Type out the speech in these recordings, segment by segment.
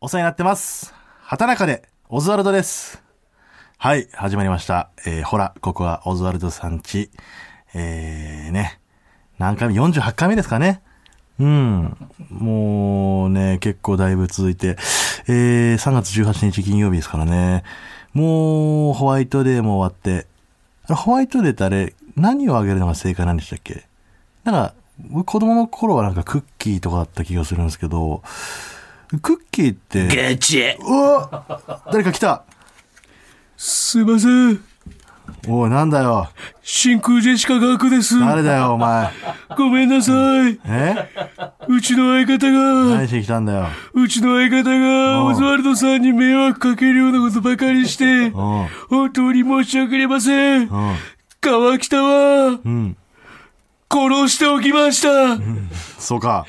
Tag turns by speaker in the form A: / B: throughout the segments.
A: お世話になってます。畑中で、オズワルドです。はい、始まりました。えーほら、ここはオズワルドさんち。えー、ね。何回目 ?48 回目ですかね。うん。もうね、結構だいぶ続いて、えー、3月18日金曜日ですからね。もう、ホワイトデーも終わって、あれホワイトデーってあれ、何をあげるのが正解なんでしたっけなんか、僕子供の頃はなんかクッキーとかだった気がするんですけど、クッキーって、
B: ゲチ
A: うわ誰か来た
B: すいません。
A: おい、なんだよ。
B: 真空ジェシカガクです。
A: 誰だよ、お前。
B: ごめんなさい。
A: え
B: うちの相方が、
A: 何してきたんだよ。
B: うちの相方が、
A: うん
B: オズワルドさんに迷惑かけるようなことばかりして、
A: うん。
B: 本当に申し訳ありませ
A: う
B: ん。
A: ん。
B: 川北は、
A: うん。
B: 殺しておきました。
A: そうか。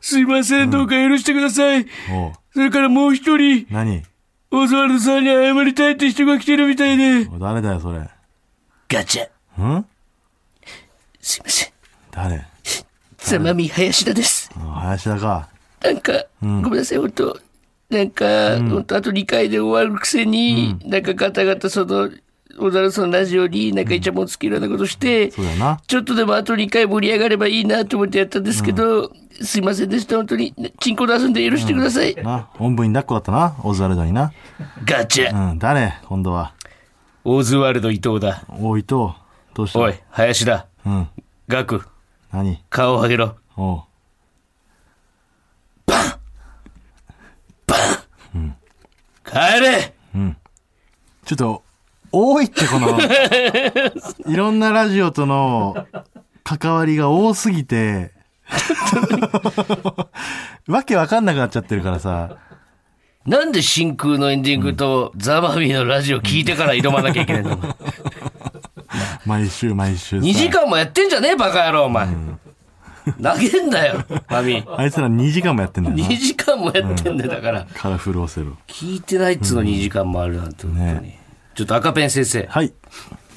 B: すいません。どうか許してください。
A: おう
B: それからもう一人、
A: 何
B: オズワルドさんに謝りたいって人が来てるみたいで。
A: おい誰だよ、それ。
B: ガチャ。
A: ん
B: すいません。
A: 誰
B: ざまみ林田です。
A: うん林田か。
B: なんか、ごめんなさい、本当なんか、本当あと2回で終わるくせに、なんかガタガタその、小沢さんのラジオに、なんかイチャモンつけるようなことして、
A: そうだよな。
B: ちょっとでもあと2回盛り上がればいいなと思ってやったんですけど、すいませんでした、本当に。チンコ出すんで許してください。
A: な、おんぶに抱っこだったな、オズワルドにな。
B: ガチ
A: う
B: ャ。
A: ん、誰今度は。
B: オズワルド伊藤だ。
A: おい、伊藤。どうした
B: おい。、林田。
A: うん。
B: ガク、
A: 何
B: 顔を上げろ。
A: おう。
B: 帰れ
A: ちょっと、多いってこ の、いろんなラジオとの関わりが多すぎて、 わけわかんなくなっちゃってるからさ。
B: なんで真空のエンディングとザマミーのラジオ聞いてから挑まなきゃいけないの
A: 毎週毎週さ。
B: 2時間もやってんじゃねえバカ野郎お前、投げんだよ マミ
A: あいつら2時間もやってんだよな
B: 2。時間もやってんだよだから、
A: カラフルオセロ。
B: 聞いてないっつうの2時間もあるなんて、本当にちょっと赤ペン先生
A: はい。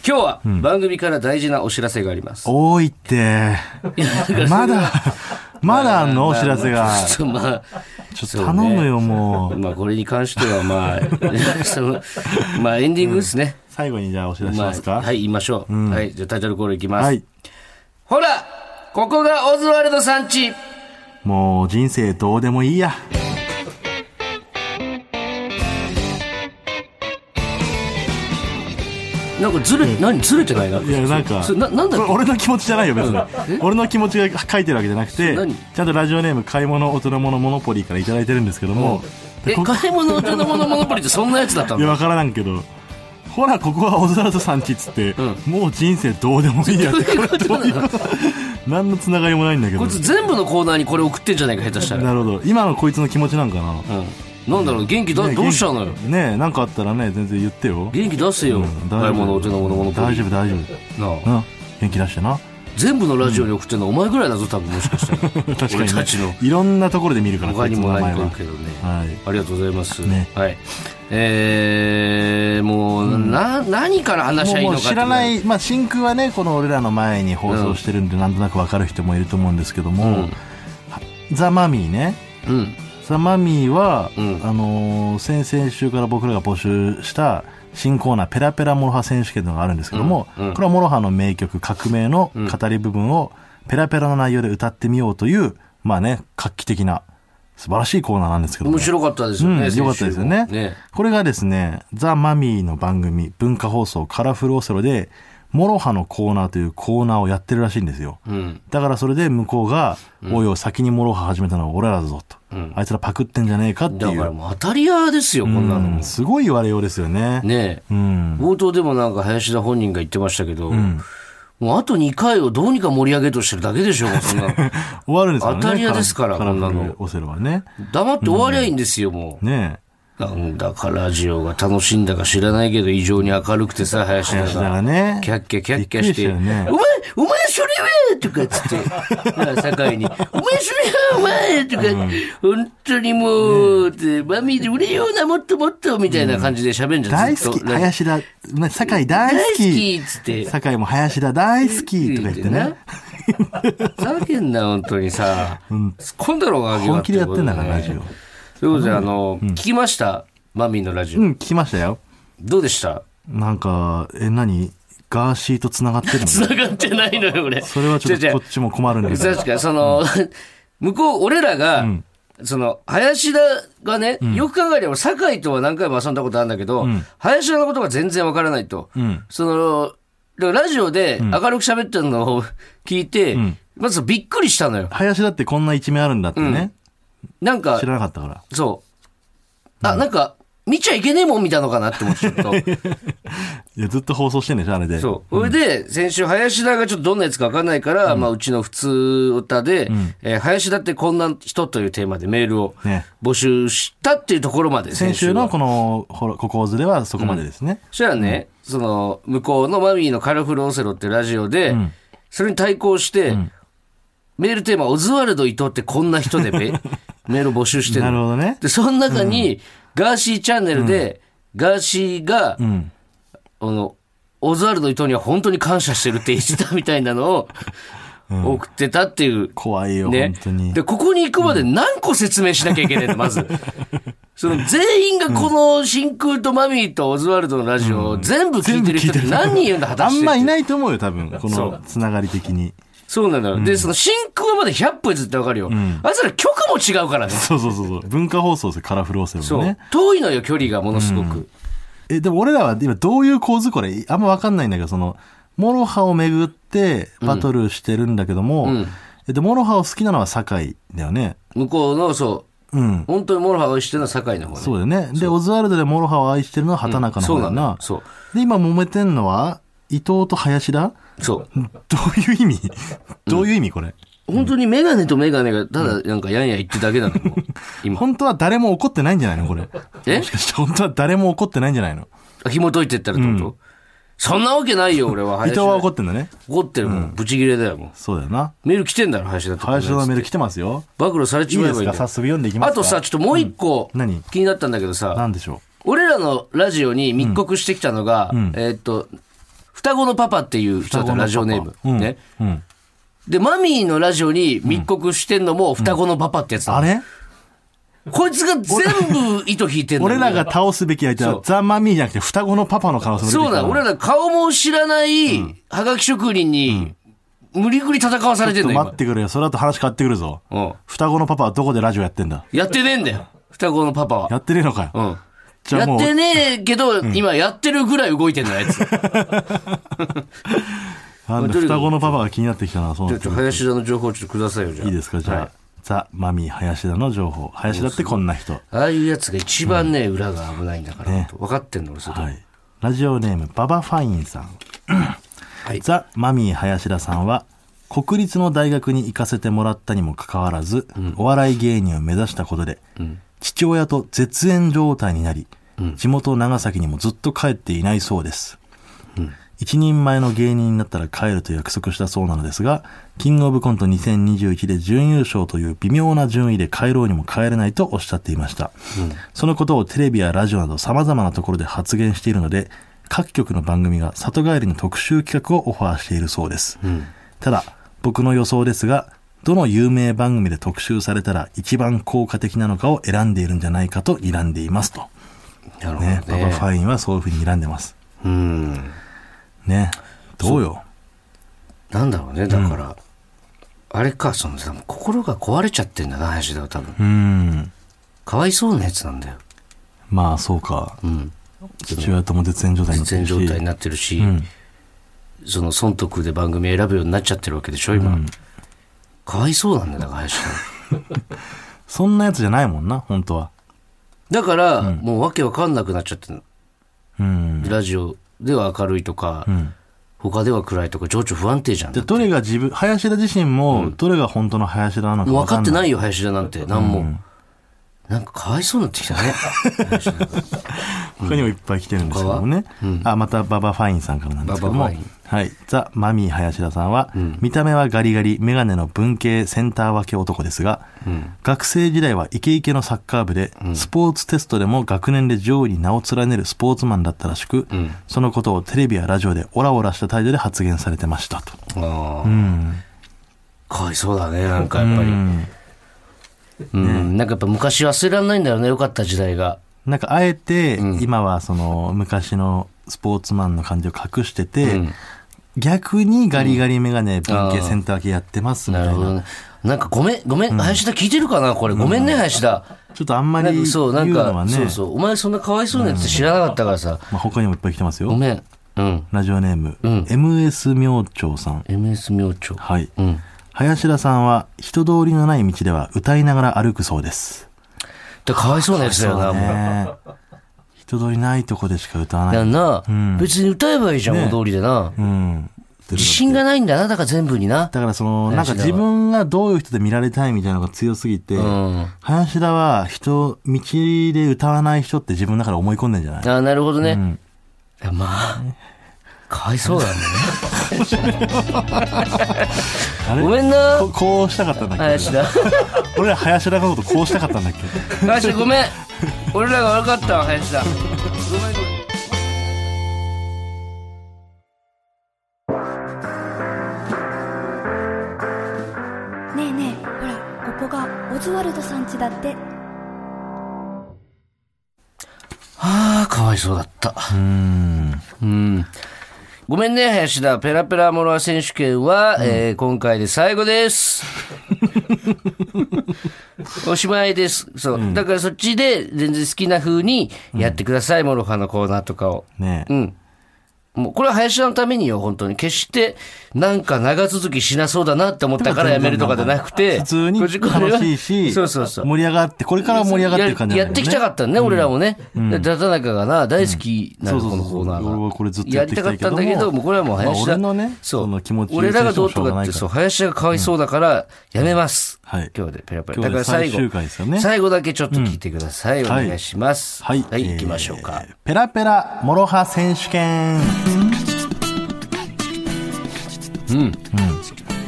B: 今日は番組から大事なお知らせがあります、
A: 多いって。
B: いやだから
A: まだ、まだあんのお知らせが。
B: ちょっとまあ
A: ちょっと頼むよ、もう。
B: まあこれに関してはまあ そのまあエンディングですね、
A: 最後にじゃあお知らせし
B: ま
A: ます
B: あ、
A: か
B: はい言いましょう、はいじゃあタイトルコールいきます、
A: はい。
B: ほらここがオズワルドさんち
A: もう人生どうでもいいや。
B: なんかずれ、何ずれてないない
A: や、なんか、
B: それななんだっけ
A: これ俺の気持ちじゃないよ、別に。俺の気持ちが書いてるわけじゃなくて
B: 何、
A: ちゃんとラジオネーム、買い物大人物モノポリーからいただいてるんですけども、
B: え、買い物大人のモノモノポリってそんなやつだった
A: いや、
B: の
A: わからんけど、ほら、ここはオズワルドさんちっつって、もう人生どうでもいい やって、これどういうこと何のつながりもないんだけど
B: こい。つ全部のコーナーにこれ送ってんじゃないか、下手したら。
A: なるほど。今のこいつの気持ちなんかな。
B: うん。なんだろう、元気だ、
A: ね
B: どうしたのよ
A: 元。気ねえ、なんかあったらね、全然言ってよ。
B: 元気出せよ。買い物大人のモノモノポ
A: 大
B: リ
A: 丈夫、大丈夫。
B: なあ。
A: うん。元気出してな。
B: 全部のラジオに送ってんのお前ぐらいだぞ、多分もしかした ら。
A: 確かに、
B: 俺
A: ね
B: たちの。
A: いろんなところで見るから、
B: 他にも
A: こいつの
B: 何
A: 名
B: かあ
A: 前
B: るけどね。
A: は。はい。
B: ありがとうございます。
A: ね
B: はい。えー、もう、な、何から話し
A: も
B: ゃ
A: う
B: いい
A: も
B: の
A: う
B: かっ
A: 知
B: て
A: らな。い、まあ、真空はねこの俺らの前に放送してるんで、なんとなくわかる人もいると思うんですけども、
B: うん
A: ザ・マミーね
B: うん。
A: ザ・マミーは、
B: うん
A: あのー先々週から僕らが募集した新コーナー「ペラペラモロハ選手権」というのがあるんですけども、
B: うんうん
A: これはモロハの名曲「革命」の語り部分をペラペラの内容で歌ってみようという、まあね画期的な素晴らしいコーナーなんですけども
B: 面白かったですよね、
A: うん
B: 先週
A: よかったですよね
B: ね。
A: これがですね、ザ・マミーの番組、文化放送カラフルオセロで、モロハのコーナーというコーナーをやってるらしいんですよ。
B: うん。
A: だからそれで向こうが、おいおい先にモロハ始めたのは俺らだぞと。
B: うん
A: あいつらパクってんじゃねえかって
B: だ
A: い
B: から
A: う。
B: もう当たり屋ですよ、こんなの
A: う
B: も
A: ん。すごい言われようですよね。
B: ね
A: うん。
B: 冒頭でもなんか林田本人が言ってましたけど、もうあと2回をどうにか盛り上げとしてるだけで しょ、もうそんなの
A: 終わるんですからね。
B: 当たり屋ですから
A: カラフ
B: こんな
A: ル
B: の
A: オセロはね。
B: 黙って終わりゃいいんですよ、もう。
A: ね
B: なんだかラジオが楽しいんだか知らないけど、異常に明るくてさ、林
A: え。
B: 田
A: だか
B: が
A: ら。ね。
B: キャッキャキャッキャして、
A: びっくりしたよね
B: お前、お前それはとかっつって、酒井に、お前それはお前とか、本当にもう、ってマミーで売れような、もっともっと、みたいな感じで喋んじゃん、
A: 大
B: ずっ
A: 好
B: と
A: き。林田、ね酒井大好
B: 大
A: き
B: 好。きっつって
A: 酒井も林田大好きとか言ってね。。
B: ふざけんな、本当にさ。こんだろうが、
A: 本気でやってんだから、ラジオ。
B: ということで、あの、聞きましたマミーのラジ
A: う
B: オ。
A: ん、聞きましたよ。
B: どうでした
A: なんか、え、何ガーシーと繋がって るの
B: 繋がってないのよ、俺。
A: それはちょっ
B: 違う違
A: と
B: う
A: こっちも困るんだけど。
B: 確かに、その、 向こう、俺らが、その、林田がね、よく考えれば、酒井とは何回も遊んだことあるんだけど、林田のことが全然わからないと。
A: ん
B: その、だからラジオで明るく喋ってるのを聞いて、まずびっくりしたのよ。
A: 林だってこんな一面あるんだってね。
B: なんか
A: 知、らなかったから。
B: そう。あ、なんか、見ちゃいけねえもん見たのかなって思ってちょっ と。
A: いや、ずっと放送してんでしょ、あれで。
B: そう。それで、先週、林田がちょっとどんなやつか分かんないから、まあ、うちの普通歌で、えー林田ってこんな人というテーマでメールを
A: ね
B: 募集したっていうところまで、
A: 先週の
B: は
A: この、ほら、ここずではそこまでですね。
B: そしたらね、その、向こうのマミーのカラフルオセロってラジオで、それに対抗して、メールテーマ、オズワルド伊藤ってこんな人 でべメールを募集してる
A: なるほどね。
B: で、その中に、ガーシーチャンネルで、ガーシーが、あの、オズワルド伊藤には本当に感謝してるって言ってたみたいなの を、送ってたっていう。
A: 怖いよ、本
B: ね
A: 当。に。
B: で、ここに行くまで何個説明しなきゃいけ ないの、まず。その全員がこの真空とマミーとオズワルドのラジオを全部聞いてる人って何人いるんだ、果た
A: あ
B: して。
A: んまいないと思うよ、多分。こ
B: そ
A: の
B: う
A: つながり的に。
B: そうなのよ。で、その真空まで100歩譲ってわかるよ。あいつら曲も違うからね。
A: そうそうそうそう。文化放送ですよ、カラフルオセロ
B: そ
A: も
B: う
A: ね。。
B: 遠いのよ、距離がものすごく。
A: え、でも俺らは今どういう構図これ、あんまわかんないんだけど、その、モロハをめぐってバトルしてるんだけども、えで、モロハを好きなのは酒井だよね。
B: 向こうの、そう。
A: うん
B: 本当にモロハをしてるのは堺の方ね。
A: そうだよね。で、オズワルドでモロハを愛してるのは畑中の
B: そ
A: 方
B: う
A: だよ
B: なの
A: な。
B: よ。そう。
A: で、今揉めてんのは、伊藤と林田
B: そう。
A: どういう意味どういう意味これ。
B: 本当にメガネとメガネが、ただなんかやんや言ってるだけなのもう、今。
A: 本当は誰も怒ってないんじゃないのこれ。
B: え
A: もしかして本当は誰も怒ってないんじゃないの
B: 紐解いてったらってこと、そんなわけないよ、俺 は。
A: 伊藤は怒
B: っ
A: ってんだね。
B: 怒ってるもん。ブチギレだよ、も
A: そうだよな。
B: う。メール来てんだろ、林田とか。
A: 林田のメール来てますよ。
B: 暴露され
A: い
B: ち
A: い
B: まえ
A: で
B: ばい
A: す
B: いん
A: か
B: だ
A: 早
B: よ。
A: 速読んでいきますか
B: あとさ、ちょっともう一個、
A: うん何
B: 気になったんだけどさ、
A: 何でしょ
B: 俺らのラジオに密告してきたのが、えーっと、双子のパパっていう人だったのラジオネーム。
A: う。うん
B: ね。。
A: うん。
B: で、マミーのラジオに密告してんのも双子のパパってやつだ、
A: あれ
B: こいつが全部糸引いてんの
A: 俺らが倒すべき相手
B: そ
A: は
B: う
A: ザ・マミーじゃなくて双子のパパの可能性も出て
B: そう
A: きた
B: だ、
A: な
B: 俺ら顔も知らない、はがき職人に、無理くり戦わされて
A: ち
B: ん
A: ょっと
B: のよ、
A: 待ってくれよ。それだと話変わってくるぞ。
B: 今。うん。
A: 双子のパパはどこでラジオやってんだ
B: やってねえんだよ、双子のパパは。
A: やってねえのかよ。
B: う
A: じ
B: ん。
A: ゃ
B: や
A: あも
B: っ
A: う
B: てねえけど、今やってるぐらい動いてんのよ、あい つ。ちょ
A: なんで双子のパパが気になってきたな、そうなん
B: っ
A: です
B: と
A: よ
B: 林田の情報ちょっとくださいよ、じゃあ。
A: いいですか、じ
B: は
A: ゃあ。ザ・マミー、林田の情報。林田ってこんな人。
B: ああいうやつが一番ね、裏が危ないんだから、
A: ね
B: 分かってんの、俺、それ。
A: はい。ラジオネーム、ババファインさん。
B: はい
A: ザ・マミー林田さんは、国立の大学に行かせてもらったにもかかわらず、お笑い芸人を目指したことで、父親と絶縁状態になり、地元長崎にもずっと帰っていないそうです。一人前の芸人になったら帰ると約束したそうなのですが、キングオブコント2021で準優勝という微妙な順位で帰ろうにも帰れないとおっしゃっていました。そのことをテレビやラジオなど様々なところで発言しているので、各局の番組が里帰りの特集企画をオファーしているそうです。ただ、僕の予想ですが、どの有名番組で特集されたら一番効果的なのかを選んでいるんじゃないかと睨んでいますと。
B: なるほ
A: ね
B: どね。、
A: パパファインはそういうふうに睨んでます。
B: うん。
A: ね、どうよ。
B: なんだろうね、だから。あれか、その、多分心が壊れちゃってんだな、林田は多分。
A: うん。
B: かわいそうなやつなんだよ。
A: まあ、そうか。
B: うん。
A: 父親とも絶縁状態になっ
B: 絶
A: て
B: 縁
A: る
B: 状態に
A: し。
B: なってるし、
A: ん
B: その損得で番組選ぶようになっちゃってるわけでしょ今、かわいそうなんだよだから林さん
A: そんなやつじゃないもんな、本当は。
B: だから、もうわけわかんなくなっちゃってる
A: うん。
B: ラジオでは明るいとか、他では暗いとか情緒不安定じゃん
A: で、どれが自分、林田自身も、どれが本当の林田なのか
B: もう
A: 分
B: 分か
A: か
B: っ
A: ん
B: て
A: ない。
B: ないよ林田なんて何も、なんかかわいそうになってきたね林田
A: 他にもいっぱい来てるんですけどもね。あ、また、ババファインさんからなんですけど
B: バ
A: も
B: バファイン。
A: はい。ザ・マミー林田さんは、見た目はガリガリ、メガネの文系センター分け男ですが、学生時代はイケイケのサッカー部で、スポーツテストでも学年で上位に名を連ねるスポーツマンだったらしく、そのことをテレビやラジオでオラオラした態度で発言されてましたと。
B: あーかわいそうだねなんかやっぱり、うん、なんかやっぱ昔忘れられないんだろうね良かった時代が
A: なんかあえて、今はその昔のスポーツマンの感じを隠してて、逆にガリガリメガネ文系センター系やってますみた
B: ないる
A: な。
B: ほどねなんかごめんごめん、林田聞いてるかなこれごめんね、林田
A: ちょっとあんま
B: なん
A: り
B: か
A: 言
B: そううなん
A: のは
B: か
A: ね、
B: そうそうお前そんなかわいそうなやつ知らなかったからさ、
A: まあ、他にもいっぱい来てます
B: ご
A: よ。
B: めんうん
A: ラジオネーム、MS 明朝さん。
B: MS 明朝
A: はい。
B: うん
A: 林田さんは人通りのない道では歌いながら歩くそうです。
B: だからかわいそうなやつだよなもう
A: ねえ人通りないとこでしか歌わな
B: だよ
A: い。
B: な、別に歌えばいいじゃん、大通りでな
A: うん。
B: 自信がないんだなだから全部にな
A: だからその、なんか
B: 林田は
A: 自分がどういう人で見られたいみたいなのが強すぎて、
B: うん
A: 林田は人、道で歌わない人って自分の中で思い込んでんじゃない
B: ああなるほどね、
A: ん
B: いやまあかわいそうだね
A: あれ
B: ごめんな
A: ここうしたかったんだっ
B: 林
A: け
B: 田
A: 俺ら林田のことこうしたかったんだっけ
B: 林田ごめん俺らが悪かったわ林田ごめんごめん
C: ねえねえほらここがオズワルドさん家だって
B: ああ、かわいそうだった。うん。ごめんね、林田。ペラペラモロア選手権は、えー今回で最後 です。おしまいです。そう。だからそっちで、全然好きな風にやってください、モロハのコーナーとかを。
A: ねえ
B: うん。もう、これは林田のためによ、本当に。決して、なんか長続きしなそうだなって思ったからやめるとかじゃなくて。
A: 普通に
B: こっちこれは
A: 楽しいし、
B: そうそうそう。
A: 盛り上がって、これから盛り上がってる感じな
B: やや
A: んだ
B: って
A: よね
B: きたかったね、俺らもね。だだたなかがな、大好きなの
A: そうそ
B: こ
A: う
B: の
A: そう
B: コーナーが。
A: 俺はこれずっとや
B: や
A: って
B: り
A: きた
B: た
A: けど
B: か
A: も
B: ったんだけど、もうこれはもう林
A: まあ
B: 田。
A: 俺のね
B: そう。
A: その気持ちを
B: 俺らがどうと
A: 言
B: か
A: う人
B: って、
A: もし
B: そ
A: ょ
B: う、林田がかわいそうだから、やめます。
A: はい
B: 今日でペラペラ。
A: 今
B: だ
A: 日
B: か
A: で最
B: ら最後
A: 終回ですよね。
B: 最後だけちょっと聞いてください。お
A: はい
B: 願いします。
A: はい。
B: はい、行きましょうか
A: え。ー。ペラペラ、モロハ選手権。
B: うん。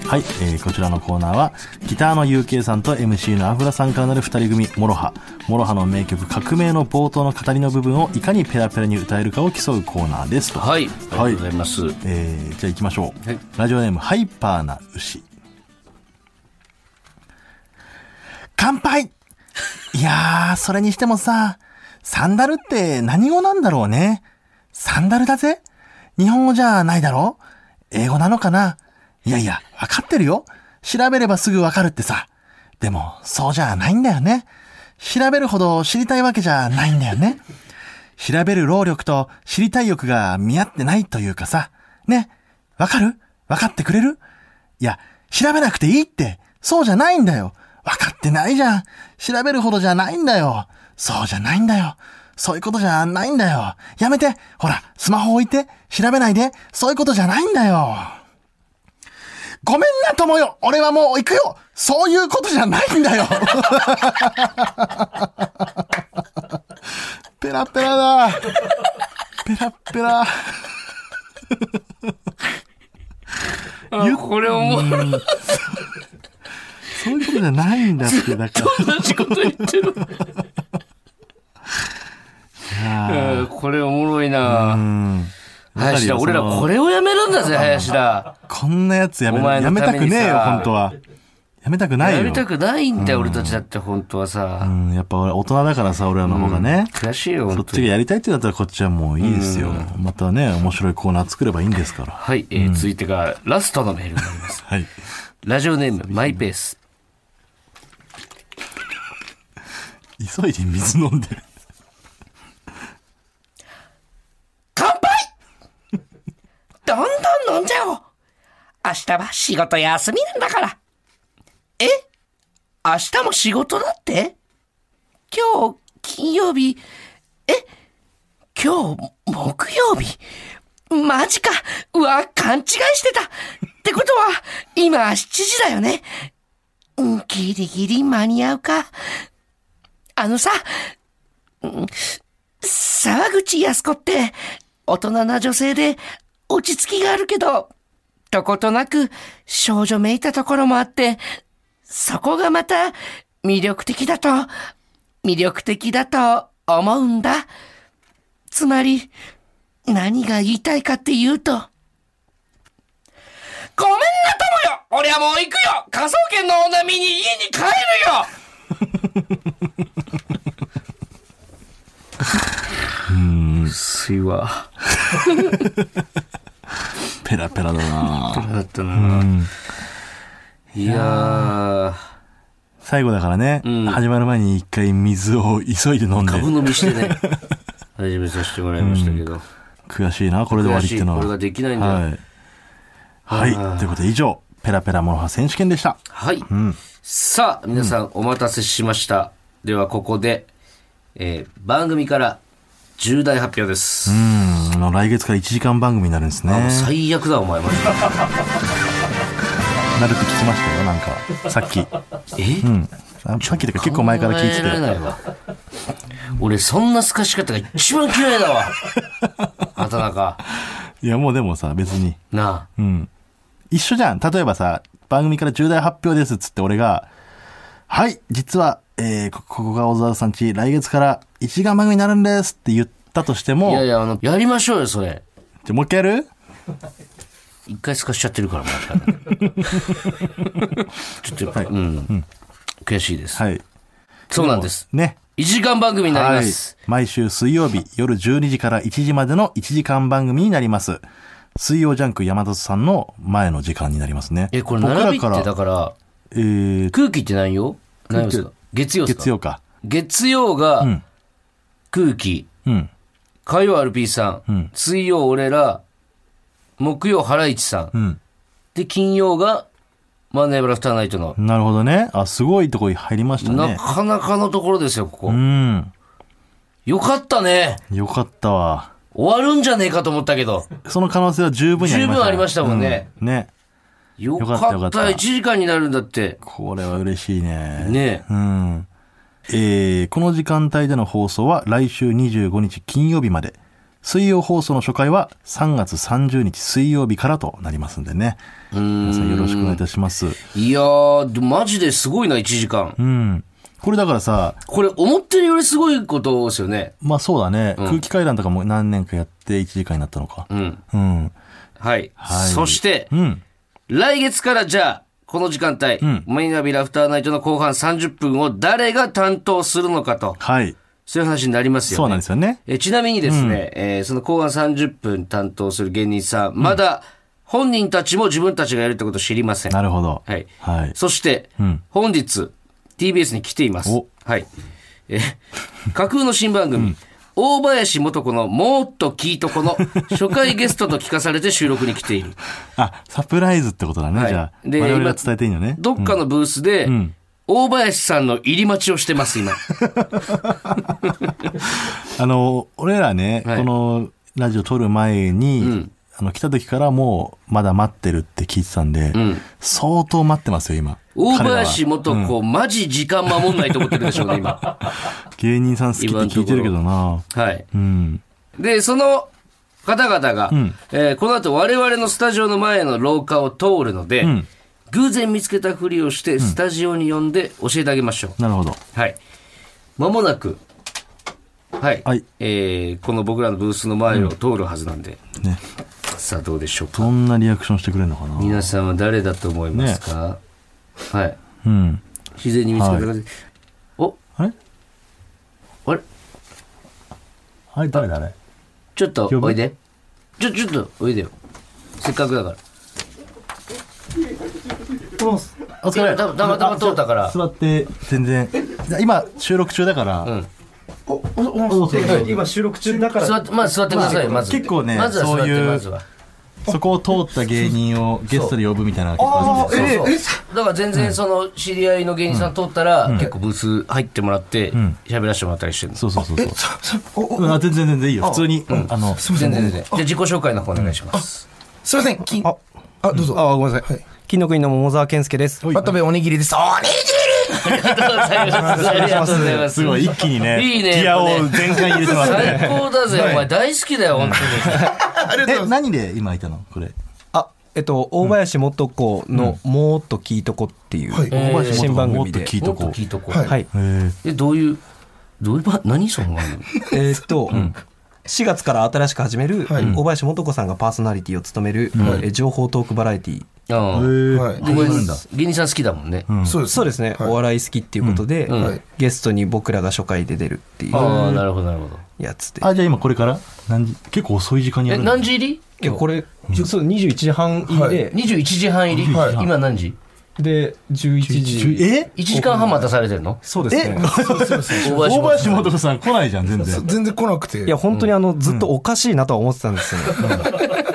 A: はい、えーこちらのコーナーは、ギターの UK さんと MC のアフラさんからなる二人組、モロハ。モロハの名曲、革命の冒頭の語りの部分をいかにペラペラに歌えるかを競うコーナーですと。
B: はい。ありがとうございます。
A: えーじゃあ行きましょう、
B: はい
A: ラジオネームハイパーな牛乾杯いやーそれにしてもさサンダルって何語なんだろうねサンダルだぜ日本語じゃないだろ英語なのかないやいやわかってるよ調べればすぐわかるってさでもそうじゃないんだよね調べるほど知りたいわけじゃないんだよね調べる労力と知りたい欲が見合ってないというかさ。ね。わかるわかってくれるいや、調べなくていいって。そうじゃないんだよ。わかってないじゃん。調べるほどじゃないんだよ。そうじゃないんだよ。そういうことじゃないんだよ。やめて。ほら、スマホ置いて。調べないで。そういうことじゃないんだよ。ごめんな、友よ。俺はもう行くよ。そういうことじゃないんだよ。 ペラペラだ。ペラペラ。
B: あこれ思う。
A: そういうことじゃないんだって、だ から。
B: 同じこと言ってる。うんこれおもろいな
A: わかる
B: 林
A: よ
B: 田、俺ら
A: その
B: これをやめるんだぜ、林田。
A: こんなやつやめ
B: お前
A: や
B: の
A: め
B: た
A: た
B: め
A: く
B: にさ
A: ねえよ、本当は。やめたくないよ。
B: やりたくないんだよ、俺たちだって、本当はさ
A: う。ん、やっぱ俺大人だからさ、俺らの方がね。
B: 悔しいよ、
A: そ
B: 本
A: っ
B: 当
A: ち
B: に。
A: がやりたいってなったらこっちはもういいですよ。またね、面白いコーナー作ればいいんですから。
B: はい、えー続いてがラストのメールになります。
A: はい。
B: ラジオネーム、マイペース。
A: 急いで水飲 んで。
B: 乾杯どんどん飲んじゃおう明日は仕事休みなんだからえ明日も仕事だって今日金曜日え今日木曜日マジかうわ勘違いしてたってことは今7時だよねうんギリギリ間に合うかあのさ沢口靖子って、大人な女性で、落ち着きがあるけど、どことなく少女めいたところもあって、そこがまた魅力的だと、魅力的だと思うんだ。つまり、何が言いたいかっていうと、ごめんな友よ俺はもう行くよ科捜研の女見に家に帰るよ水は。
A: ペラペラだな
B: だったな。いやー、
A: 最後だからね、
B: ん
A: 始まる前に一回水を急いで飲んで、
B: 株飲みしてね、 始めさせてもらいましたけど。
A: 悔しいな、これで終わりっていうのは。
B: 悔しいこれができないんだよ
A: はい。はい。ということで以上、ペラペラモノハ選手権でした。
B: はい。さあ、皆さんお待たせしました。では、ここで、えー番組から重大発表です。
A: うん、あの来月から1時間番組になるんですね。
B: あもう最悪だ、お前、マジで。
A: なるって聞きましたよ、なんか、さっ き。
B: え、
A: あさっきというか結構前から聞いて
B: 考えられな
A: て。
B: いわ俺、そんな透かし方が一番嫌い だわ。畑中。
A: いや、もうでもさ、別に。
B: なあ。
A: うん。一緒じゃん。例えばさ、番組から重大発表ですっつって俺が、はい、実は、えーこここが小沢さんち、来月から1時間番組になるんですって言ったとしても、
B: いやいや、あの、やりましょうよ、それ。
A: じゃあもう一回やる
B: 一回透かしちゃってるから、もう。ちょっとやっぱ、うん。悔しいです。
A: はい。
B: そうなんです。
A: ね。
B: 1時間番組になります。
A: はい。毎週水曜日夜12時から1時までの1時間番組になります。水曜ジャンク山里さんの前の時間になりますね。
B: え、これ
A: 僕ら
B: 並びって
A: から
B: だから、
A: えー、
B: 空気って何曜何曜ですか月曜ですか
A: 月曜か。
B: 月曜が、空気、
A: うん。
B: 火曜 RP さん、
A: ん
B: 水曜俺ら、木曜ハライチさん、
A: うん。
B: で、金曜が、マネーブラフターナイトの、
A: なるほどね。あ、すごいとこに入りました
B: な
A: ね。
B: かなかのところですよ、ここ
A: う。ん。
B: よかったね。
A: よかったわ。
B: 終わるんじゃねえかと思ったけど。
A: その可能性は十分にありました、
B: 十分ありましたもんね
A: うんね。
B: よか
A: よかったよか
B: っ。
A: ったた
B: 1時間になるんだって。
A: これは嬉しいね。
B: ねえ
A: うん。えー、この時間帯での放送は来週25日金曜日まで。水曜放送の初回は3月30日水曜日からとなりますんでね。皆さんよろしくお願いいたします。
B: いやー、でマジですごいな、1時間。
A: うん。これだからさ、
B: これ、思ってるよりすごいことですよね。
A: まあそうだね、空気階段とかも何年かやって1時間になったのか。
B: うん。
A: うん。
B: はい。
A: はい
B: そして
A: う、ん。
B: 来月からじゃあ、この時間帯、マイナビラフターナイトの後半30分を誰が担当するのかと、
A: はい。
B: そういう話になりますよね。
A: そうなんですよね。
B: えちなみにですね、えーその後半30分担当する芸人さん、まだ本人たちも自分たちがやるってことを知りません。
A: なるほど。
B: はい。
A: はい。
B: そして、
A: ん
B: 本日、TBS に来ています
A: お。
B: はい。えー架空の新番組、大林素子のもっと聞いとこの初回ゲストと聞かされて収録に来 ている。
A: あ、サプライズってことだね、
B: はい
A: じゃあ。
B: で
A: 我々
B: 今
A: が伝えていいのね。
B: どっかのブースで、大林さんの入り待ちをしてます、今。
A: あの、俺らね、
B: はい
A: このラジオ撮る前に、あの、来た時からもう、まだ待ってるって聞いてたんで、相当待ってますよ、今。
B: 大
A: 彼らは
B: 林素子、マジ時間守んないと思ってるでしょうね、 今。
A: 芸人さん好きって聞いてるけどな。
B: はい。
A: うん。
B: で、その方々が、えーこの後我々のスタジオの前の廊下を通るので、偶然見つけたふりをして、スタジオに呼んで教えてあげましょう。
A: なるほど。
B: はい。まもなく、はい。
A: はい
B: えーこの僕らのブースの前を通るはずなんで、
A: ね。
B: さあどうでしょうか。
A: どんなリアクションしてくれるのかな。
B: 皆さんは誰だと思いますか、はい。
A: うん。
B: 自然に見つけた方が、お、
A: あれ
B: あれ
A: あれ誰だあれ
B: ちょっと
A: ぶ
B: おいで。ちょ、ちょっとおいでよ。せっかくだから。
A: お疲れ。
B: たまたまたま通ったから。
A: 座って、全然。今、収録中だから、
B: ん
D: 今収録中だから
B: 座って、まず座ってください、まず。
A: 結構ね
B: まずは座っ
A: そう
B: て、
A: いう
B: まずは。
A: そこを通った芸人をゲストで呼ぶみたいなのが結構あるんですよ
B: そうそう。だから全然その、知り合いの芸人さん通ったら、結構ブース入ってもらって、喋らせてもらったりしてるの。
A: そうそうそうそう。うんあ全然全然いいよ。普通に、あの、
B: 全然全然。じゃあ自己紹介の方お願いします。
E: すいません、金。あ、あ、どうぞ。あ、ごめんなさい。はい。
D: 金の国の桃沢健介です
E: 渡部おにぎりです。おにぎり
B: ありがとうございます。ありがとうございます。
A: すごい、一気にね、
B: いいね
A: ギアを全開に入れてますね。
B: 最高だぜ、お前大好きだよ、本
A: え、何で今いたのこれ。
D: あえっと大林素子の「もっと聞いとこ」っていう、
E: はい
B: えー
A: 大橋
D: 新番組で
A: もっと聞い
B: 当に。
A: と
B: もっと
A: こう。
B: 聞いとこ
E: は
B: う。
D: はい
A: え
B: え、どういう、どういうば、何その番組
D: えーっと、4月から新しく始める、
E: はい
D: 大林素子さんがパーソナリティを務める、えー情報トークバラエティ
B: あ
A: え
B: あ
E: はい
A: あ
E: で
A: そうなんだ。
B: 芸人さん好きだもんね。
E: そうです。
D: そうですね、
E: はい
D: お笑い好きっていうことで、
B: うん
E: はい
D: ゲストに僕らが初回で出るっていう
B: ああ、なるほど、なるほど。
D: やつで。
A: あ、じゃあ今これから何時結構遅い時間にや
B: え、
A: る
B: 何
A: 時
B: 時入り
D: いやこれ、そう21時半入りで、
B: ?21 時半入り
A: はい
B: 今何時
D: で11時
A: え
B: ?1 時間半待たされてるの
D: そうですね
B: 大
A: 大
B: 林
A: 林
B: も。
A: 元さん来ないじゃん、全
E: そう
A: 然。
E: 全然来なくて。
D: いや本当にあの、ずっとおかしいなとは思ってたんですよ、ね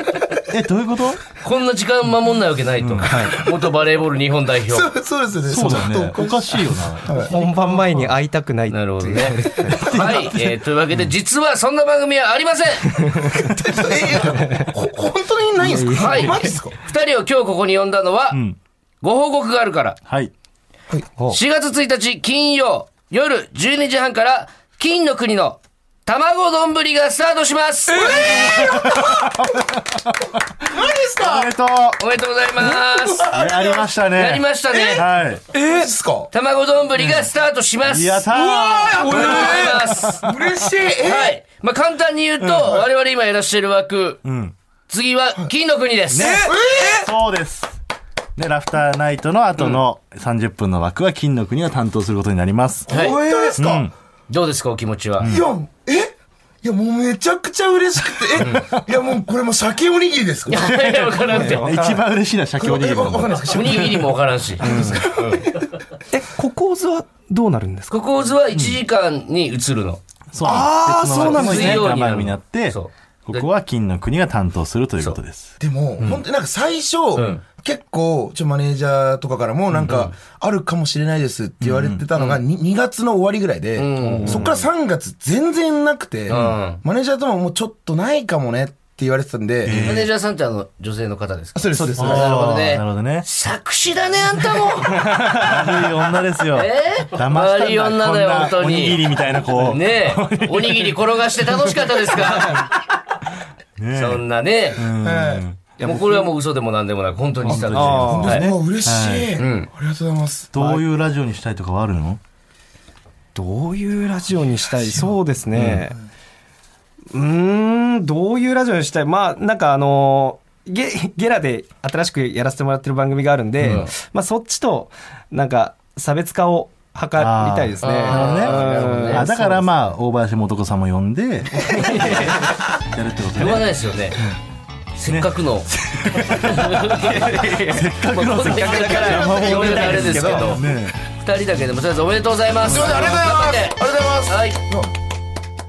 A: え、どういうこと
B: こんな時間守んないわけないと。元バレーボール日本代表。
E: そうそうです
A: そ
E: よね。
A: うだ
E: ちょ
A: ね
E: っ。と
A: おかしいよな。
D: 本番前に会いたくないって
B: なるほど
D: いう
B: ね。はい、えーというわけで、実はそんな番組はありません
E: えほ本当にないんですか
B: はい。
E: マジですか
B: 二人を今日ここに呼んだのは、
A: ん
B: ご報告があるから、
A: はい。
D: お
B: 4月1日金曜夜12時半から、金の国の卵丼ぶりがスタートします、
E: マジです
A: お
E: か
A: めでとう
B: おめでとうございます
A: あやりましたね。
B: やりましたね。
A: はい。
E: えっすか
B: 卵丼ぶりがスタートします。
A: やったー
B: おめでとうございます。
E: 嬉しい
B: は
E: え
B: い。まあ、簡単に言うと、我々今いらっしゃる枠、次は金の国です。
A: そうです。で、ラフターナイトの後の30分の枠は金の国が担当することになります。
B: はい
E: 本当です
A: う
E: か
A: ん
B: どうですか、お気持ちは。
E: いや、えいや、もうめちゃくちゃ嬉しくて、え、いや、もうこれもう鮭おにぎりですか
B: いやいや、わからんって。お
A: 一番嬉しいのは鮭おにぎ
E: え
A: り
E: わ
A: な
E: わ
A: ん
E: かんない
A: だ。
E: ですか
B: にぎりもわからんし。
D: えここ図はどうなるんですか
B: ここ図は1時間に移るの。
A: そうなんです。
E: あーそうなの
A: 別
B: 水曜
A: の
B: になる
A: 番組になって、
B: そ
A: こ
B: うで
A: こは金の国が担当するということです。
E: でも、本当になんか最初、
B: ん
E: 結構、ちょ、マネージャーとかからも、なんか、あるかもしれないですって言われてたのが、に 2, 月の終わりぐらいで、
B: う
E: そっから3月全然なくて、
B: ん
E: マネージャーとももうちょっとないかもねって言われてたんで、
B: マネージャーさんってあの、女性の方ですか
E: そうです、そうです。
A: あー
B: なるほどね
A: なるほどね。
B: 作詞だね、あんたも。
A: 悪い女ですよ。
B: え
A: 騙
B: ー
A: したん
B: 悪い女だよ本当に
A: こんなおにぎりみたいなこう。
B: ねえ、おにぎり転がして楽しかったですか
A: ねえ
B: そんなね。
E: はい
B: もうこれはもう嘘でもなんでもなく、本当にしたんです
D: 本
E: 本当です
B: よ。
E: うわ嬉しい、
B: ん
E: ありがとうございます。
A: どういうラジオにしたいとかはあるの
D: どういうラジオにしたいそうですねうーんどういうラジオにしたいまあなんかあのゲゲラで新しくやらせてもらってる番組があるんで、
B: うん
D: まあそっちとなんか差別化を図りたいですね
B: あーなるほどね
D: うん
A: あだからまあ、大林素子さんも呼 んで、やるってこと
B: 言わ
A: ね。
B: ないですよね。せっかくの。せっかくのせっかくだから、呼べたあれですけど、
A: ね
B: 二人だけでもとりあえずおめでとうございます。ありがとうございます。ありがとうございます。はい。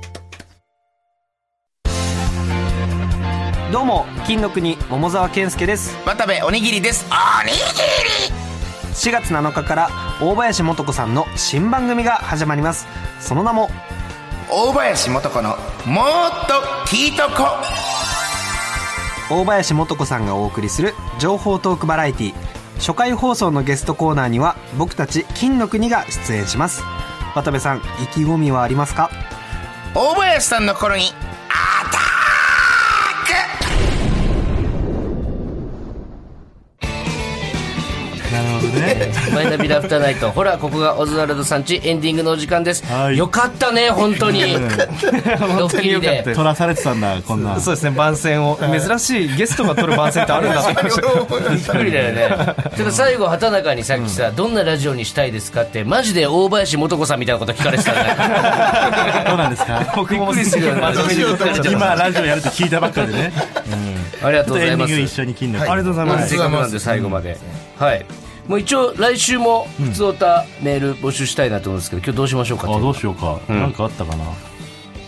D: どうも金の国桃沢健介です
E: 渡部おにぎりです。
D: 4月7日から大林素子さんの新番組が始まりますその名も
E: 大林素子の、もっと聞いとこ
D: 大林素子さんがお送りする情報トークバラエティ初回放送のゲストコーナーには僕たち金の国が出演します渡部さん意気込みはありますか
E: 大林さんの頃に、
A: なるほどね。
B: マイナビラフターナイト。ほら、ここがオズワルドさんちエンディングのお時間です。
A: はい
B: よかったね、本当に。ドッキリで。
A: 取らされてたんだ、こんな。
D: うですね番宣を珍しいゲストが撮る番宣ってあるんだって
B: びっくりだよね。ちょっと最後、畑中にさっきさ、どんなラジオにしたいですかって、マジで大林素子さんみたいなこと聞かれてたね。
A: どうなんですか
D: 僕もすぐ
B: 真面目に言ってるじゃん
A: 今、ラジオやるって聞いたばっかでね。
B: ありが
A: ち
B: と
A: ょ
B: う
A: っとエ
B: ござい
A: ンディ
B: ま
A: ング一
B: す。
A: 緒に金の国。
D: ありがとうございます
B: せっかくなんで最後まで。はい。もう一応、来週も、普通歌メール募集したいなと思うんですけど、今日どうしましょうか
A: あ、どう
B: と。
A: しようか。なんかあったかな。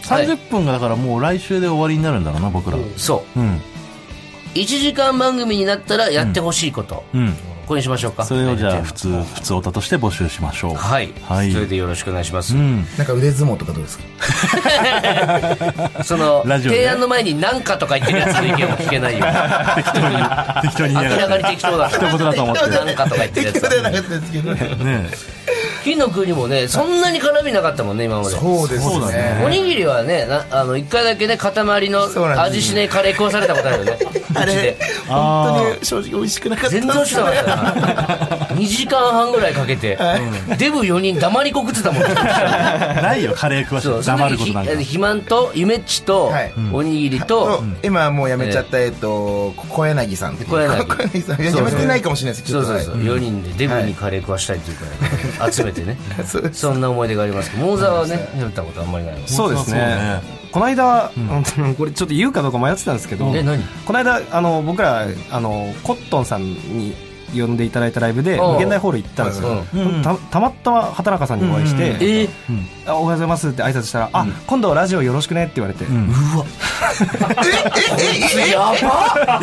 A: 30分がだからもう来週で終わりになるんだろうな、僕ら。う
B: そ
A: ん。
B: う。1時間番組になったらやってほしいこと。
A: うん。
B: これにしましょうか。
A: それをじゃあ、普通、普通オタとして募集しましょう。
B: はい。
A: はい
B: それでよろしくお願いします
A: う。ん。
E: なんか腕相撲とかどうですか
B: その、
A: ラジオで
B: 提案の前に何かとか言ってるやつの意見も聞 けないよ。
A: 適当に、適当に
B: 明
A: 言いや
B: らか
A: が
B: に
A: っ
B: 適当だ。
A: 一言だと思って
B: 何かとか言ってるやつ
E: 適当
B: だ
E: で。はなかったですけど。
A: て。ね
B: 金の国もね、そんなに絡みなかったもんね、今まで。
E: そうです
A: そうだね
E: ね。
B: おにぎりはね、なあの、一回だけね、塊の
E: そうなんです
B: 味しねえカレー食わされたことあるよね。
E: あれ、本当に正直美味しくなかった
B: 全然美味しくなかったな2時間半ぐらいかけて、デブ4人黙りこくってた もん
A: ないよ、カレー食わせ
B: そう
A: て
B: そ
A: 黙
B: れ
A: るこ
B: で
A: と
B: ひ
A: なんか。
B: 肥満とゆめっちと
E: はい
B: おにぎりと、
E: 今もうやめちゃった、えっと、小柳さんっていう。
B: 小柳
E: さん。いややめてないかもしれないですけ
B: そ
E: ど、
B: う
E: ちょ
B: そうそう、
E: っとはい
B: 4人でデブにカレー食わしたいというから、 集めてね
E: そうです
B: そんな思い出がありますけど桃沢はね食べたことあんまりないもん
D: そうです
A: そう
D: ね
A: ね
D: この間、あのこれちょっと言うかどうか迷ってたんですけど
B: え何
D: この間あの僕らあのコットンさんに呼んでいただいたライブで
B: ああ
D: 無限大ホール行ったんですよ、
A: うんうん
D: たたまたま畑中さんにお会いして、
B: えー
D: あおはようございますって挨拶したら、あ今度ラジオよろしくねって言われて、
A: いやい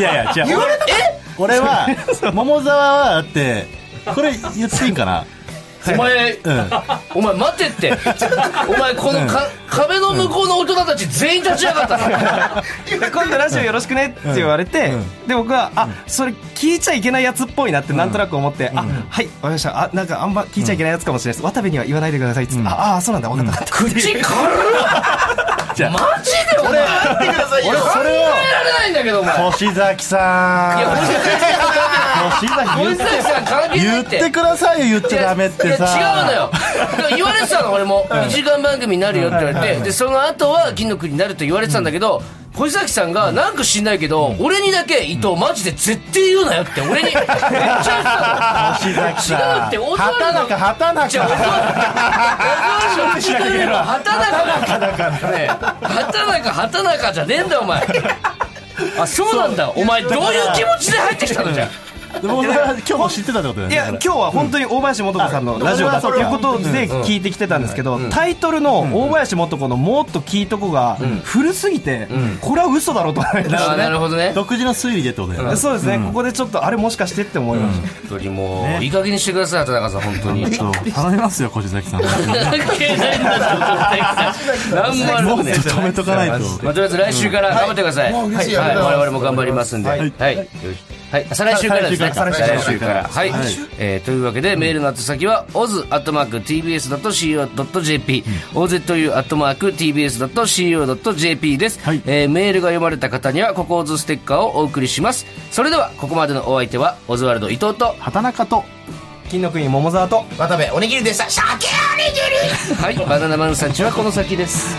A: や、違う。俺 は、桃沢は、だって、これ言っていいんかな
B: お前、
A: うん。
B: お前待て って。お前このか、壁の向こうの大人たち全員立ち上がったぞ。
D: で今度ラジオよろしくねって言われて、
A: うん
D: で僕はあ、それ聞いちゃいけないやつっぽいなってなんとなく思って、あはいわかりましたあなんかあんま聞いちゃいけないやつかもしれないです、渡部には言わないでくださいっつって、ああそうなんだ分かった、分かった
B: 口軽っ
A: じゃあ
B: マジで俺、考
A: 俺、それを、
B: えられないんだけど、お前。い
A: 星崎さ
B: や、
A: ん。星崎言
B: 森
A: っ
B: 崎さん関係な
A: 言
B: い
A: っ
B: って。
A: てくださいよ、言っちゃダメってさ。
B: いや違うのよだから言われてたの俺も2時間番組になるよって言われてでその後は金の国になると言われてたんだけど小崎さんがなんか知んないけど俺にだけ伊藤マジで絶対言うなよって俺にめっちゃ言
A: 星
B: って
A: 崎さん。
B: 違うってオズワルド
A: 畑中、畑
B: たのじゃあ
A: 中。
B: 俺は俺は畑中だからねえ畑中畑中じゃねえんだよお前あそうなんだお前どういう気持ちで入ってきたのじゃあ
A: 桃沢は今日知ってたってことだよ
D: い
A: ね。
D: や今日は本当に大林素子さんのラジオだということで聞いてきてたんですけどタイトルの「大林素子のもっと聞いとこ」が古すぎてこれは嘘だろうと思いまし
B: あなるほどね
A: 日独自の推理でってことだよ
D: た
A: ね。
D: そうですねここでちょっとあれもしかしてって思いました
B: 本当にもういい加減にしてください畑中さん本当に
A: そう頼みますよ、星崎さん。
B: 関係ないんだぞ絶対来たなんもあ
A: も
B: る
A: っと
B: ね
A: 止めとかないと。
B: まあ、とりあえず来週から頑張ってください。
E: うんもう嬉しい
B: はい、
E: ありがとうございます
B: 我々も頑張りますんで。はい、はい、よしはい、再来週からですね。
A: 再
B: 再
A: 来
B: 来
A: 週から
B: 週から。はい
A: はい、
B: えーというわけで、メールの後先は、o z t b s c o j p o z u t b s c o j p です。
A: はい
B: えーメールが読まれた方には、ココーズステッカーをお送りします。それでは、ここまでのお相手は、オズワルド伊藤と。
A: 畑中と、
D: 金の国桃沢と
E: 渡部、おにぎりでした。シャキーン
B: はい、バナナマンさんちはこの先です。